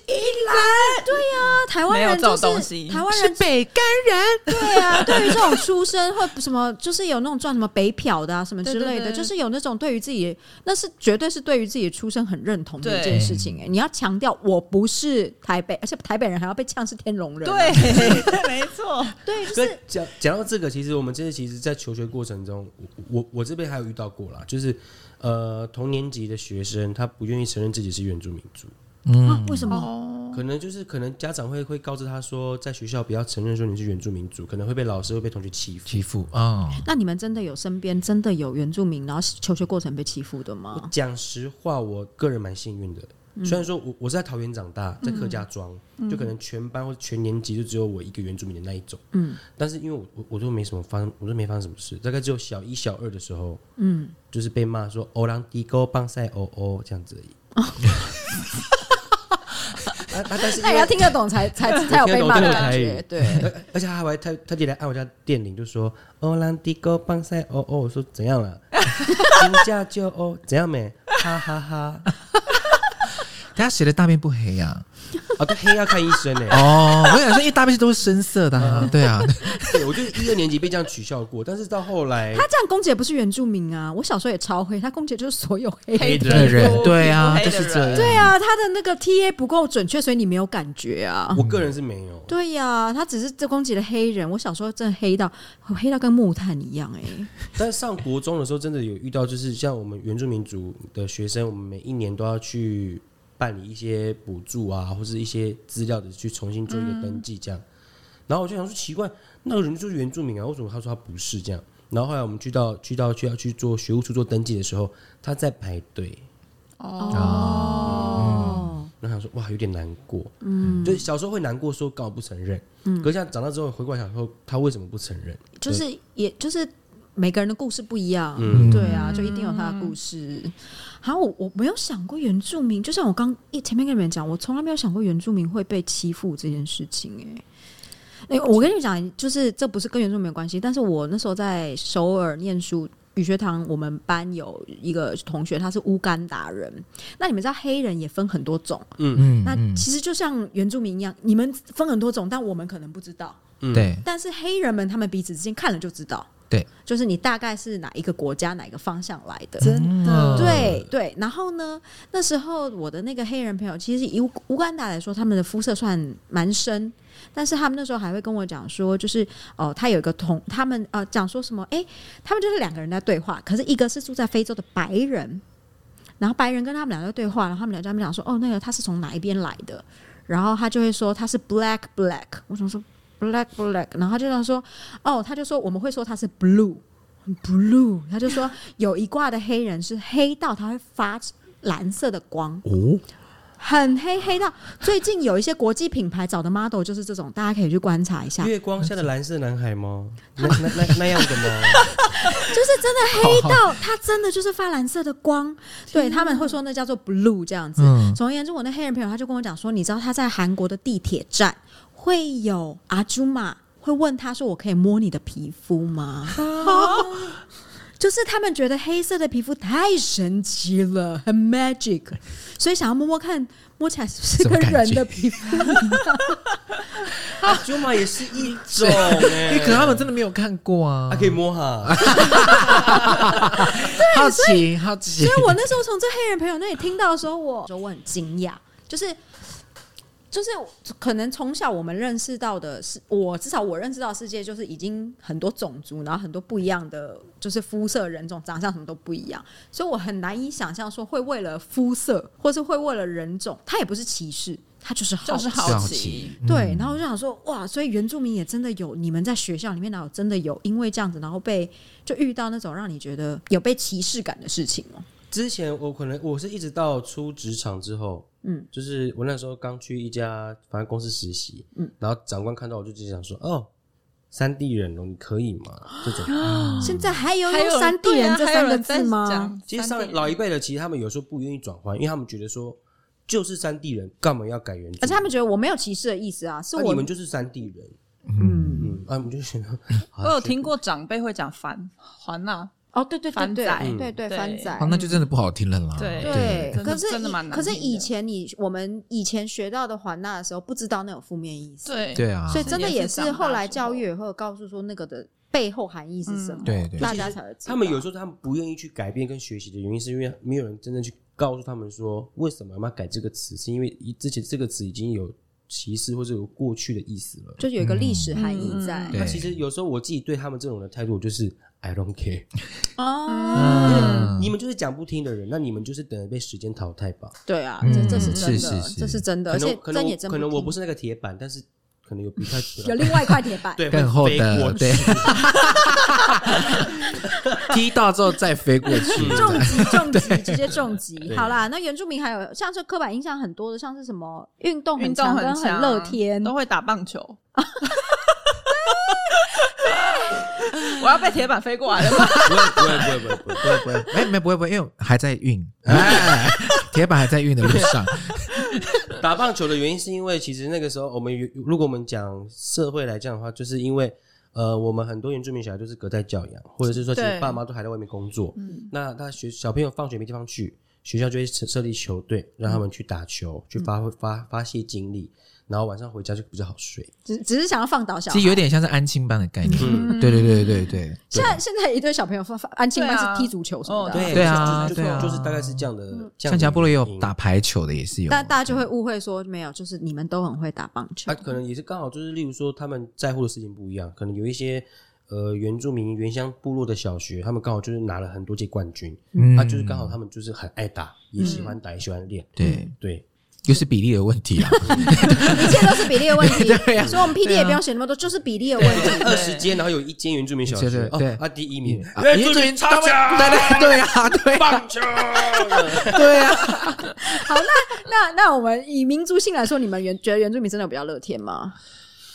那台湾人
没有
就
这种东西
是台湾人北干人，对啊，对于这种出身或什么，就是有那种赚什么北漂的啊什么之
对
类
对
的，
对
就是有那种对于自己，那是绝对是对于自己的出身很认同的一件事情。哎，你要强调我不是台北，而且台北人还要被呛是天龙人，
对， 没错，
对，就
可
是啊
讲讲到这个，其实我们这次其实，在求学过程中，我我我这边还有遇到过啦，就是呃同年级的学生，他不愿意承认自己是原住民族，
啊，为什么？
哦，
可能就是可能家长会会告知他说，在学校不要承认说你是原住民族，可能会被老师会被同学欺负。
欺负哦，
那你们真的有身边真的有原住民，然后求学过程被欺负的吗？
讲实话，我个人蛮幸运的。虽然说我我是在桃园长大，在客家庄，就可能全班或全年级就只有我一个原住民的那一种，嗯，但是因为我我我都没什么发生，我都没发生什么事，大概只有小一小二的时候，嗯，就是被骂说哦欧郎迪沟棒赛欧欧这样子而已。 啊啊！但是因
那也要
为，
听得懂才 才才有被骂的感
我听得懂我听得
觉
懂，
对。
而而且他还特特地来按我家电铃，就说哦欧郎迪沟棒赛欧欧，我说怎样了？ 评价就欧怎样没？哈哈哈！
他写的大便不黑呀、
啊，对，黑要看医生呢、欸
哦，我想说，因为大便都是深色的、啊，对啊，
对，我就一二年级被这样取笑过，但是到后来，
他这样公姐不是原住民啊！我小时候也超黑，他公姐就是所有黑。
黑
的
人，
人，对啊，
黑
就
的
是这
人
样。
对啊，他的那个 TA 不够准确，所以你没有感觉啊。
我个人是没有。
对呀、他只是这公姐的黑人。我小时候真的黑到黑到跟木炭一样哎、
但是上国中的时候，真的有遇到，就是像我们原住民族的学生，我们每一年都要去办理一些补助啊，或是一些资料的去重新做一个登记这样。然后我就想说，奇怪，那个人就是原住民啊，为什么他说他不是这样？然后后来我们去到去到去要去做学务处做登记的时候，他在排队。
哦，
然后想说哇，有点难过，嗯，就是小时候会难过，说干嘛不承认，嗯，可是像长大之后回过来想说，他为什么不承认？
就是也就是每个人的故事不一样，
嗯
对啊，就一定有他的故事。好，我我没有想过原住民，就像我刚一前面跟你们讲，我从来没有想过原住民会被欺负这件事情、哎。哎、我跟你讲，就是这不是跟原住民有关系，但是我那时候在首尔念书，语学堂我们班有一个同学，他是乌干达人。那你们知道黑人也分很多种，
嗯，
那
嗯
其实就像原住民一样，你们分很多种，但我们可能不知道。
嗯对
但是黑人们他们彼此之间看了就知道，
对，
就是你大概是哪一个国家哪一个方向来的，
真的
对对。然后呢，那时候我的那个黑人朋友，其实以乌乌干达来说，他们的肤色算蛮深，但是他们那时候还会跟我讲说，就是哦、他有一个同他们呃讲说什么，诶，他们就是两个人在对话，可是一个是住在非洲的白人。然后白人跟他们俩在对话，然后他们俩在那边讲说：“哦，那个他是从哪一边来的？”然后他就会说他是 black black，我想说 black black，然后他就这样说，哦，他就说我们会说他是 blue blue，他就说有一挂的黑人是黑到他会发蓝色的光，
哦，
很黑黑到最近有一些国际品牌找的 model 就是这种，大家可以去观察一下，
月光下的蓝色男孩吗？那那那那样的吗？
就是真的黑到它真的就是发蓝色的光，对他们会说那叫做 blue 这样子。
嗯
总而言之，我那黑人朋友他就跟我讲说，你知道他在韩国的地铁站会有阿朱玛会问他说：“我可以摸你的皮肤吗？” 就是他们觉得黑色的皮肤太神奇了，很 magic，所以想要摸摸看，摸起来是不是
什么
跟
感觉
人的皮肤一样？
舅妈也是一种、欸，
因为 可能他们真的没有看过啊
还，可以摸哈，
好奇好奇
所以我那时候从这黑人朋友那里听到的时候，我说我很惊讶，就是就是可能从小我们认识到的是，我至少我认识到的世界就是已经很多种族，然后很多不一样的就是肤色、人种、长相什么都不一样，所以我很难以想象说会为了肤色，或是会为了人种，他也不是歧视，他就是好
就是
奇
好
好
奇，
对，然后我就想说，哇，所以原住民也真的有，你们在学校里面哪有真的有因为这样子，然后被就遇到那种让你觉得有被歧视感的事情哦、
之前我可能我是一直到出职场之后，
嗯
嗯，就是我那时候刚去一家反正公司实习，
嗯
嗯，然后长官看到我就直接想说，哦，三 D 人哦，你可以吗？这种，
现在还有
啊还有
用三 D 人这三
对啊还有
个
人
字
在
吗？
讲
其实
三
上
地人啊
老一辈的，其实他们有时候不愿意转换，因为他们觉得说就是三 D 人，干嘛要改原著？
而且他们觉得我没有歧视的意思啊，是
那
我
你们就是三 D 人，
嗯
嗯，啊，我们就想 到，
我有听过长辈会讲凡环啊呐，
哦，对对对
番
对
仔
对对对
嗯对
番仔
啊，，那就真的不好听了啦。
对
对，
真的
可是
真的
以
蛮难
可是
听的
以前你我们以前学到的环纳的时候，不知道那有负面意思，
对
对啊，
所以真的
也
也
是
是
长大
后来
之后
教育也会有告诉说那个的背后含义是什么，
嗯
对对
大家才会知道。
他们有时候他们不愿意去改变跟学习的原因，是因为没有人真正去告诉他们说为什么要改这个词，是因为一之前这个词已经有歧视或者有过去的意思了。
就有一个历史含义
嗯
在
对
那其实有时候我自己对他们这种的态度，我就是 I don't care，、
哦，
你
嗯
们就是讲不听的人，那你们就是等着被时间淘汰吧。
对啊，
嗯
这这是真
是
的
是，是
这是真的，
可
而且
能可能
真
我
也真
可能我
听
不是那个铁板，但是可能有比较
有另外一块铁板，
对
更厚的，
对
对，踢到之后再飞过去，
重 击，重击，直接重击。
对
好啦，那原住民还有像是刻板印象很多的，像是什么运动
运
很
动
强
很
跟很
强，
乐天，
都会打棒 球。我要被铁板飞过来了吗？
不会不会不会不会不会不会，
哎，没不会不会，因为还在运，哎，铁板还在运的路 上，
打棒球的原因是因为，其实那个时候我们原如果我们讲社会来讲的话，就是因为呃，我们很多原住民小孩都是隔代教养，或者是说其实
对
爸妈都还在外面工作，
嗯
那他学小朋友放学没地方去，学校就会设设立球队，让他们去打球，去发
嗯
挥发发泄精力，然后晚上回家就比较好睡。
只只是想要放倒小
其
孩
实。有点像是安亲班的概念，对对对对对
现在现在一堆小朋友放放安亲班
对啊
是踢足球什么的啊，
哦
对
对啊
就是就
对啊嗯
就是大概是这样的。这
对，
样的
像加波罗也
原
有
因
打排球的，也是有，
但大家就会误会说没有，就是你们都很会打棒球
他、，啊可能也是刚好就是，例如说他们在乎的事情不一样，可能有一些呃原住民原乡部落的小学，他们刚好就是拿了很多届冠军，
嗯
他、就是刚好他们就是很爱打，也喜欢打，也喜欢练，
对，
对，
又是比例的问题 啊，
一切都是比例的问题。
对啊
所以我们 PD 也不用写那么多，就是比例的问题。
二十间，然后有一间原住民小学，
对对
哦
对
啊第一名，
啊
原住民超强，
对对对啊，对啊
棒球，
对啊，
好，那那那我们以民族性来说，你们原觉得原住民真的有比较乐天吗？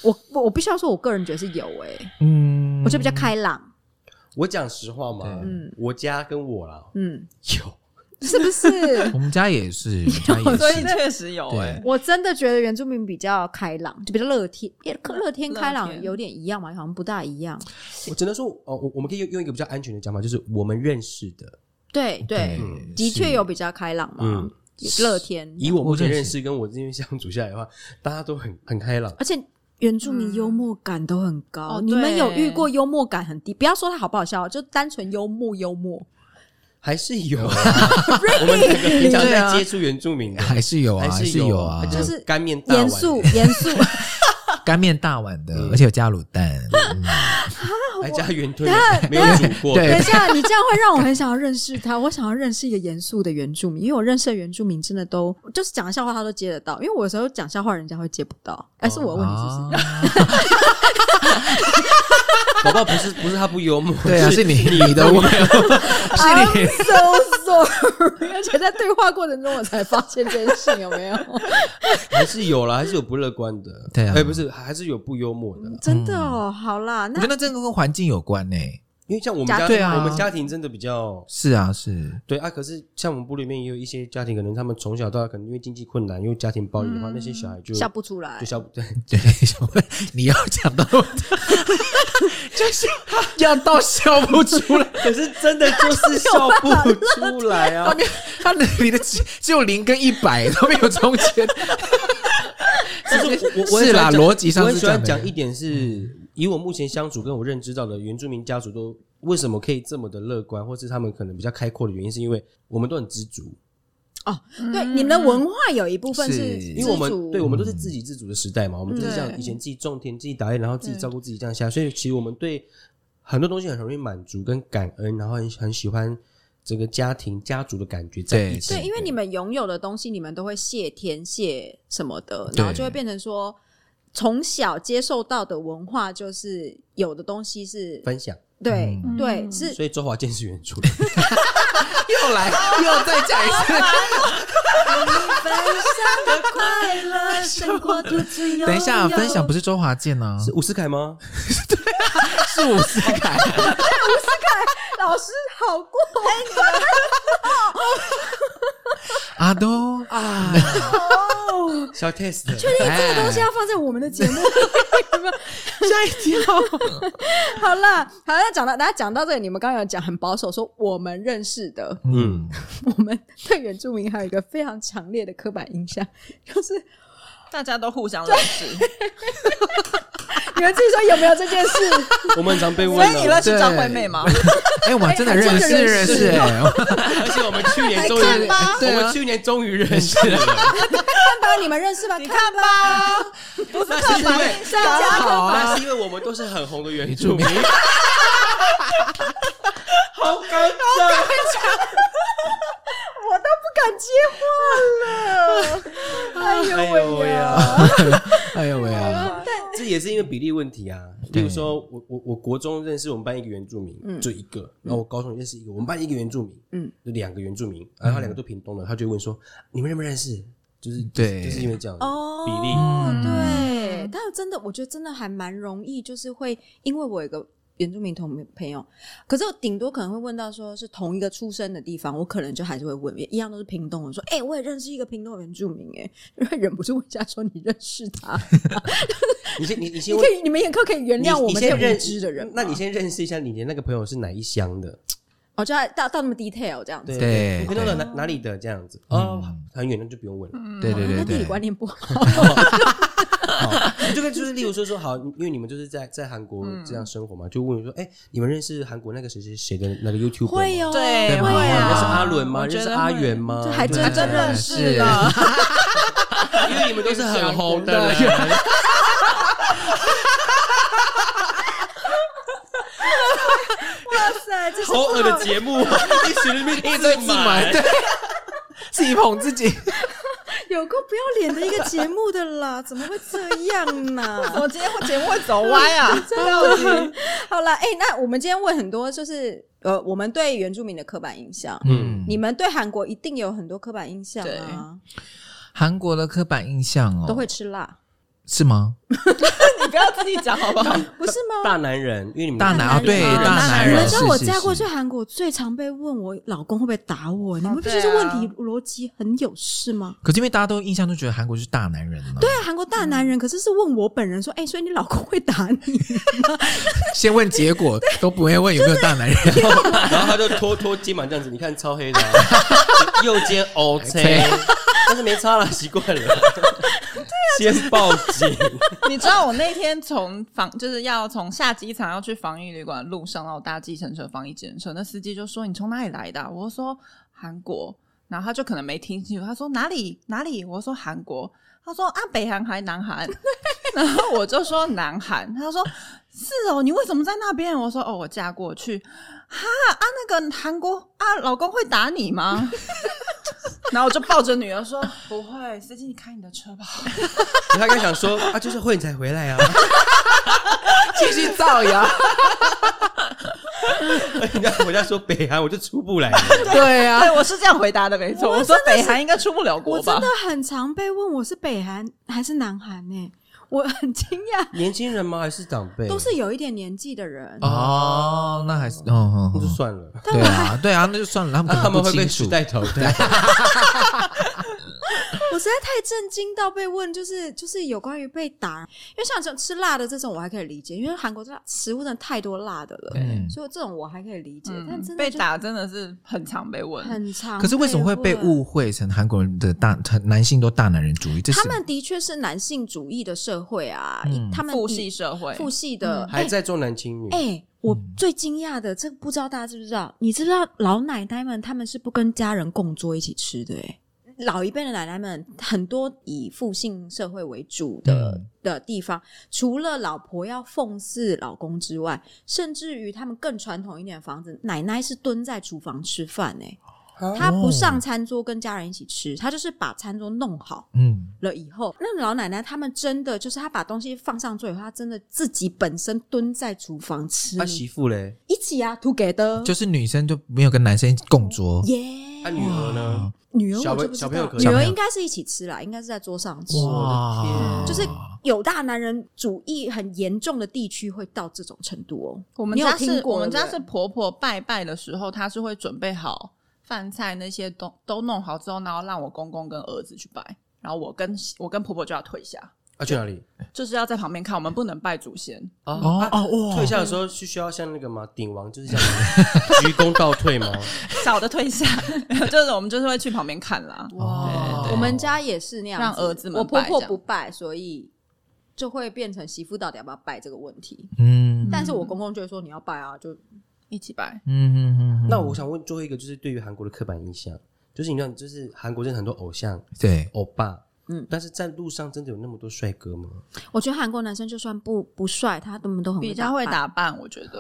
我我我必须要说，我个人觉得是有诶、
嗯
我觉得比较开朗，
我讲实话嘛，我家跟我啦
嗯，
有。
是不是？
我们家也是， 我们家
所
也
以
是，
确实有哎
对，。
我真的觉得原住民比较开朗，就比较乐天，也乐天开
乐
朗
天
有点一样嘛，好像不大一样。
我只能说，哦，我我们可以用用一个比较安全的讲法，就是我们认识
嗯
的，
对对，
嗯
的确有比较开朗嘛
嗯，
乐天，
以我目前
我认识
认识跟我这边相处下来的话，大家都很 很开朗，
而且。原住民幽默感都很高，
哦
你们
对
有遇过幽默感很低？不要说他好不好笑，就单纯幽默幽默。
还是有、啊。 我们整个平常在接触原住民的，
还是有啊，还
还
是有
有
啊，
就是
干面大碗
严 肃，严肃，
哎
干面大碗的，
嗯
而且有加卤 蛋，嗯
还加圆吞，没有煮过。
对
等一下，你这样会让我很想要认识他。我想要认识一个严肃的原住民，因为我认识的原住民真的都就是讲笑话他都接得到，因为我有时候讲笑话人家会接不到，哎、是我的问题是不是？
啊
搞不好不是不是他不幽默，
对啊，是你你的问题，是你
I'm so sorry，而且在对话过程中我才发现这件事情，有没有？
还是有啦，还是有不乐观的。
对啊
哎，不是，还是有不幽默的啦。
真的
嗯
哦，好啦，
我
那
觉得这个跟环境有关呢、
因为像我们
家
家，
对啊
我们家庭真的比较
是啊，是，
对啊。可是像我们部里面也有一些家庭，可能他们从小到大，可能因为经济困难，因为家庭暴力的话，那些小孩就
笑不出来
就，笑不 对。
对，你要讲到， 就是要到笑不出 来，
可是真的就是笑不出来啊
他！没有，他那里的只只有零跟一百，都没有中间，
其实我我很
是啦
喜欢讲
逻辑上
我很
是
喜
这样
欢
的
讲一点是，以我目前相处跟我认知到的原住民家属都为什么可以这么的乐观，或是他们可能比较开阔的原因，是因为我们都很知足，
对，你们的文化有一部分是
是
知足，
因为我们对我们都是自给自足的时代嘛，我们就是这样，
对
以前自己种田、自己打猎，然后自己照顾自己这样下，所以其实我们对很多东西很容易满足跟感恩，然后很很喜欢这个家庭家族的感觉在一起。
对，因为你
们
们拥有的东西，你们都会谢天谢什么的，然后就会变成说。从小接受到的文化，就是有的东西是，
分享。
对、
嗯
对
嗯
是。
所以周华健是原著，
又 来又再讲一次。
分享的快乐，生活独自拥
等一下，分享不是周华健哦呢、
是伍思凯吗？
是伍思凯。
老师好过
阿东啊，
哦。
小 test，
这
哎
个东西要放在我们的节 目
吓一跳。
好了，好了，讲到大家讲到这里，你们刚刚有讲很保守，说我们认识的，
嗯，
我们 对原住民还有一个非常强烈的刻板印象，就是
大家都互相认识，
你们自己说有没有这件事？
我们很常被问
所以你认
了，
识张惠妹吗？
哎、我们真的
哎
认
真的
识认
认识
识、哎
而且我们去年终于，
还看吗
我们去年终于啊认识了，
看吧，你们认识吧，看吧，
那是因为
上家
好啊
那是因为我们都是很红的原住 民，好尴尬，
我都不敢接话了。哎呦
哎呦
喂
喂
呀！
啊！
哎呦喂啊！
这也是因为比例问题啊。比
对
如说，我我我国中认识我们班一个原住民，就一个，然后我高中认识一个，我们班一个原住民，
嗯
嗯，就两个原住民，然后两个都屏东的，他就会问说你们认不认识？就是
对
就是因为这样
哦，
比例，
对，但是真的，我觉得真的还蛮容易，就是会因为我有一个原住民同朋友，可是我顶多可能会问到说是同一个出生的地方，我可能就还是会问，一样都是屏东，我说哎、我也认识一个屏东原住民、哎， 因为忍不住问一下说你认识他，
你先你你
你
先问
可以你们眼科可以原
你
谅我
你
们这
先
种无
认
知的人吗，
那你先认识一下你的那个朋友是哪一乡的？
哦，就要到到那么 detail 这样子，
对嗯
你朋友哪哪里的这样子？哦，很远那就不用问了。
对对
嗯那
对
地理
对，
观念不好，
你就跟就是，例如说说好，因为你们就是在在韩国
嗯
这样生活嘛，就问说，哎，你们认识韩国那个谁谁谁的那个 YouTube
会哦，
对
会
会
认
啊
识
啊，
阿伦吗？
我觉
认
得啊
识阿元吗？
这还
对
真
真认识了，
啊
因为你们都是 很红的人。
哇塞，这是
好恶的节目，一群 人面一直买，
对， 自己捧自 己。
有够不要脸的一个节目的啦， 怎么会这样呢、
我今天会节目会走歪啊！到底
好了，哎、那我们今天问很多，就是呃，我们对原住民的刻板印象，
嗯，
你们对韩国一定有很多刻板印象啊，
韩国的刻板印象哦，
都会吃辣，
是吗？
你不要自己讲好不
哦
好？
不是吗？
大男人，因为你们
大男啊，对
大
大
男
男
人
你
人，
们知道
是
我
是
嫁过
是
去韩国，最常被问我老公会不会打我，你
哦
们不
对
觉得这
啊
问题逻辑很有事吗？
可是因为大家都印象都觉得韩国就是大男人嘛，对
对，啊，韩国大男人，可是是问我本人说，哎、所以你老公会打你？
先问结果都不会问有没有大男人，
然后 然后他就拖拖肩膀这样子，你看超黑的 啊，右肩 OK，但是没差了，习惯了。先报警，
你知道我那天从防就是要从下机场要去防疫旅馆的路上，然后我搭计程车防疫计程车，那司机就说你从哪里来的啊、我就说韩国，然后他就可能没听清楚，他说哪里哪里，我说韩国，他说啊北韩还南韩，然后我就说南韩，他说是哦，你为什么在那边？我说哦我嫁过去，哈啊那个韩国啊老公会打你吗？ 然后我就抱着女儿说不会，司机你开你的车吧。
他刚想说啊，就是会你才回来啊，
继续造 谣。
人家回家说北韩我就出不来了，
对啊，
对，我是这样回答的，没错。
我
我说北韩应该出不了
我
国
真
吧
的？很常被问我是北韩还是南韩呢、我很惊讶，
年轻人吗？还是长辈？
都是有一点年纪的人，
哦，那还是嗯嗯
那就
嗯，
算了，
对啊对啊，那就算了，他们可
他
能
们
不
会被
清
时
楚。
代淘汰。
我实在太震惊到被问，就是就是有关于被打，因为像这种吃辣的这种我还可以理解，因为韩国这食物真的太多辣的了，
嗯
所以这种我还可以理解。但
嗯
真的
被
就
打真的是很常被问，
很长，
可是为什么会被
问？
误会成韩国人的大男性都大男人主义？这是
他们的确是男性主义的社会啊，
嗯
他们
父系社会，
父系的。
还在重男轻女
哎、，我最惊讶的，这个不知道大家知不知道？你知不知道老奶奶们他们是不跟家人共桌一起吃的、哎。老一辈的奶奶们很多以父性社会为主的、
嗯
的地方，除了老婆要奉祀老公之外，甚至于他们更传统一点的房子，奶奶是蹲在厨房吃饭哎、他不上餐桌跟家人一起吃，他就是把餐桌弄好
嗯，
了以后，那老奶奶他们真的就是他把东西放上桌以后，他真的自己本身蹲在厨房吃，
他啊媳妇嘞，
一起啊，to g e t h
就是女生就没有跟男生共桌，
耶
他啊女儿呢？
女儿
小
我
朋
就不知
小朋友
道
可，以
女
小朋
儿
友
应该是一起吃啦，应该是在桌上吃。
哇
我的天
就是有大男人主义很严重的地区会到这种程度哦。
我们
你有
家
听
是
过
我们
对
家
不对
是婆婆拜拜的时候，她是会准备好饭菜那些都都弄好之后，然后让我公公跟儿子去拜，然后我跟我跟婆婆就要退下，
啊，去哪里？
就是要在旁边看，我们不能拜祖先。
哦
啊
哦哇
退下的时候是需要像那个嘛，顶王 就是这样鞠躬倒 退吗？
嗯
少的退下， 就是我们就是会去旁边看啦。
哇
我们家也是那样，
让儿子们
我婆
拜
婆
这样
不拜，所以就会变成媳妇到底要不要拜这个问题。
嗯
但是我公公就会说你要拜啊，就
一起拜。
嗯嗯
那我想问最后一个，就是对于韩国的刻板印象，就是你知道，就是韩国真的很多偶像、
对，
欧巴，
嗯
嗯，但是在路上真的有那么多帅哥吗？
我觉得韩国男生就算不不帅，他们都很
比较会
打扮。
打扮，我觉得。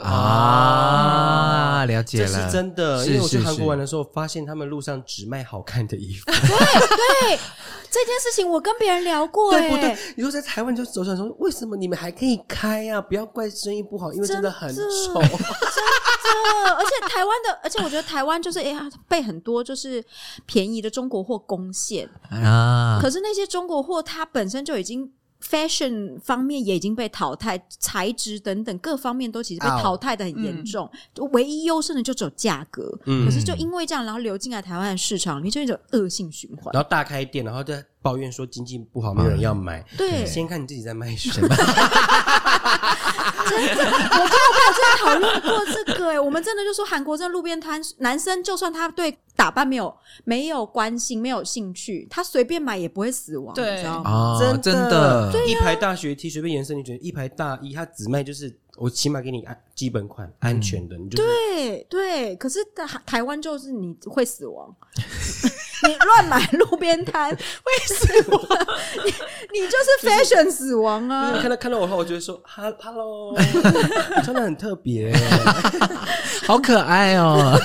啊，了解
这
了，
是真的，
是
因为我去
是
韩国
是
玩的时候，发现他们路上只卖好看的衣 服，
对这件事情，我跟别人聊过、欸，
对不对？你说在台湾就走上说，为什么你们还可以开啊？不要怪生意不好，因为真的很
真的
丑。
真的，而且台湾的，而且我觉得台湾就是哎、呀，被很多就是便宜的中国货攻陷，
嗯
啊，
可是那些中国货它本身就已经 fashion 方面也已经被淘汰，材质等等各方面都其实被
哦
淘汰的很严重，就唯一优胜的就只有价格。
嗯
可是就因为这样，然后流进来台湾的市场，里面就有一种恶性循环。
然后大开店，然后再抱怨说经济不好，没有人要买。
对，
先看你自己在卖什 么。
讨论过这个、欸，我 们真的就说韩国这路边摊男生，就算他对打扮没有没有关心、没有兴趣，他随便买也不会死亡，
对
你知道吗？
啊，
真的
真的，
一排大学 T 随便延伸，你觉得一排大衣，它只卖就是我起码给你安基本款安全的，你就是
对对，可是台台湾就是你会死亡， 你乱买路边摊会死亡，你 你就是 fashion 死亡
因为
啊！
看到看到我的话，我就会说哈 hello，穿的很特别。
好可爱哦，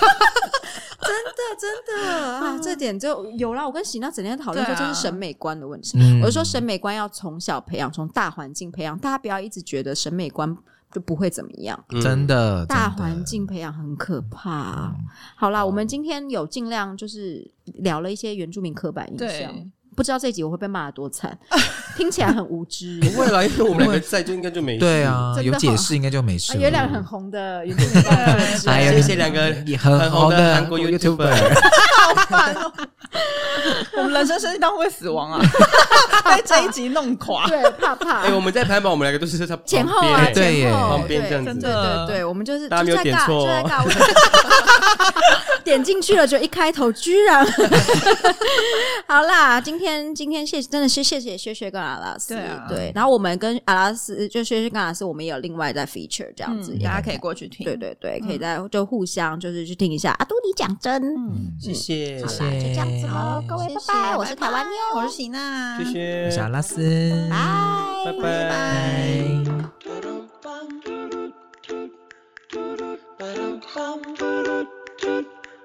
真的啊，这点就有啦。我跟喜娜整天讨论说，
对
这
啊
是审美观的问题。
嗯
我是说审美观要从小培养，从大环境培养，大家不要一直觉得审美观就不会怎么样。
嗯
真的，
大
真的
环境培养很可怕。好啦，我们今天有尽量就是聊了一些原住民刻板印象
对，
不知道这一集我会被骂得多 惨，听起来很无知。
不会啦，因为我们两个在就应该就没事
对。啊，
真的
有解
好
释应该就没
啊
事了。
有两个很红的原住 民刻板印象，
哎呀
谢谢两个
也很
很
红
红
呃的
的韩国
YouTuber
YouTuber，
我们人生设计到会死亡 啊， 被这一集弄垮。
对，怕 怕
哎，我们在排行榜，我们两个都是在他旁
前后啊，
边
对
前
耶
后
旁边这样
对
子
对对对，我们就是
嗯大家没有
就在
点
尬
错哦
就在尬位 点进去了，就一开头居然 好啦，今天今天谢真的是谢谢薛薛跟阿拉斯，
对啊
然后我们跟阿拉斯就薛薛跟阿拉斯，我们也有另外在 feature 这样子，
嗯大家可以过去听。嗯
对对对，可以在就互相就是去听一下阿杜你讲真，
谢嗯谢，
好
谢
啦，就这样子喽，各位
谢
拜
谢，
拜，我是台湾妞，
我是喜娜，
谢，
小拉斯，
拜
拜
拜拜。
拜。
Ba-dum-bum, doo-doo, doo-doo, ba-dum-bum, doo-doo, doo-doo.